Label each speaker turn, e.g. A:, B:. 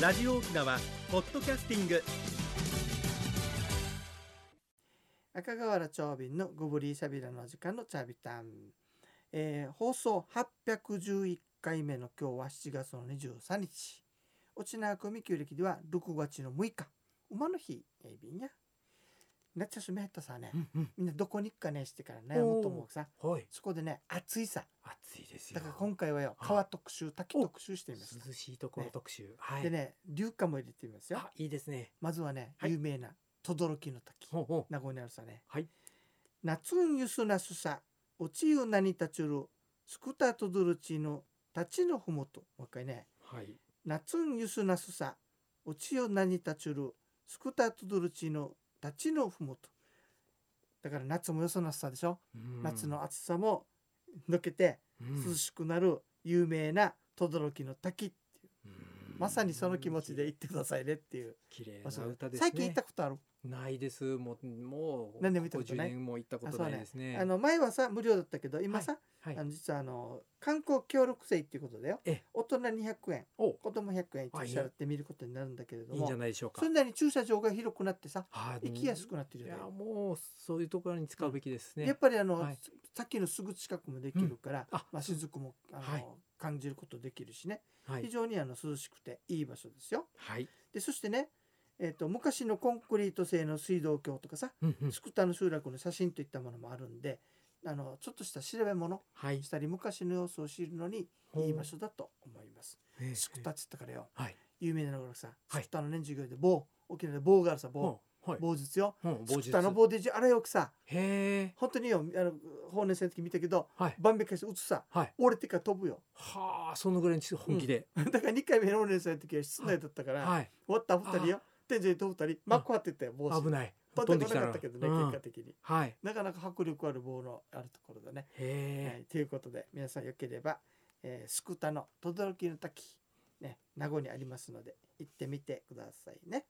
A: ラジオ沖縄ポッドキャスティング
B: 赤瓦長瓶のゴブリーサビラの時間のチャビタン、えー放送811回目の今日は7月の23日沖縄組旧暦では6月の6日馬の日えいびんや夏休みやったさね、
C: うん
B: みんなどこに行くかねしてから悩むと思うさ
C: うん、はい
B: そこでね暑いさ
C: 暑いですよ
B: だから今回はよ川特集滝特集してみました
C: 涼しいところ特集、はい
B: でね流歌も入れてみますよ
C: あいいですね
B: まずはね
C: はい
B: 有名な轟の滝
C: ほうほう
B: 名古屋にあるさね
C: はい
B: 夏んゆすなすさ落ちゆなにたちゅるスクタとどるちのたちのふもともう一回ね
C: はい
B: 夏んゆすなすさ落ちゆなにたちゅるスクタとどるちのたちのふもとだから夏もよそなすさでしょ、
C: うん
B: 夏の暑さも抜けて涼しくなる有名な轟の滝
C: うん
B: まさにその気持ちで言ってくださいねっていう
C: 綺麗
B: 場所
C: な
B: で
C: 歌ですね
B: 最近行ったことある
C: ないですもうもう
B: 何年も行ったこと
C: ここ
B: ない
C: 10年も行ったこ
B: あ
C: と
B: そう
C: な
B: ね
C: いですね
B: あの前はさ無料だったけど今さ、
C: はい
B: あの実はあの観光協力生っていうことだよ
C: ええ
B: 大人200円
C: お
B: 子供100円
C: あいい
B: 一緒払って見ることになるんだけれど
C: いいん
B: も
C: じゃないでしょうか
B: それなりに駐車場が広くなってさ
C: はい
B: 行きやすくなって
C: い
B: るよ
C: や
B: ね、
C: もうそういうところに使うべきですね
B: やっぱりあの、
C: はい
B: さっきのすぐ近くもできるから、
C: あ
B: まあ、雫もあの、
C: はい
B: 感じることできるしね
C: は
B: 非
C: い
B: 常にあの涼しくていい場所ですよ。
C: はい
B: でそしてね、えー、と昔のコンクリート製の水道橋とかさ
C: うんうん
B: スクタの集落の写真といったものもあるんであのちょっとした調べ物
C: はい
B: したり昔の様子を知るのにいい場所だと思います。
C: ええ
B: スクタっつったからよ、
C: はい
B: 有名なのがさ、
C: はい
B: スクタの年中行で棒沖縄で棒があるさ棒、
C: ほうはい
B: 棒術よ
C: ほう
B: ス
C: 棒
B: ク
C: 術
B: タの棒でじあれよくさ
C: へえ
B: 本当によあの法年生の時見たけど
C: はい
B: 万引きして打つさ
C: はい
B: 折れてから飛ぶよ
C: はあそのぐらいに本気で、
B: だから2回目の法年生の時は室内だったから、
C: はい
B: 終わった二人よ天井に飛ぶたり幕張ってったよ帽子
C: 危ない
B: 飛
C: 飛
B: ん
C: ん
B: で
C: で
B: こ
C: きた
B: なからったけどね、
C: うん
B: 結果的に
C: はい
B: なかなか迫力ある棒のあるところだねはい
C: へえ、
B: ということで皆さんよければ、えー、スクタの轟の滝、ね、名護にありますので行ってみてくださいね。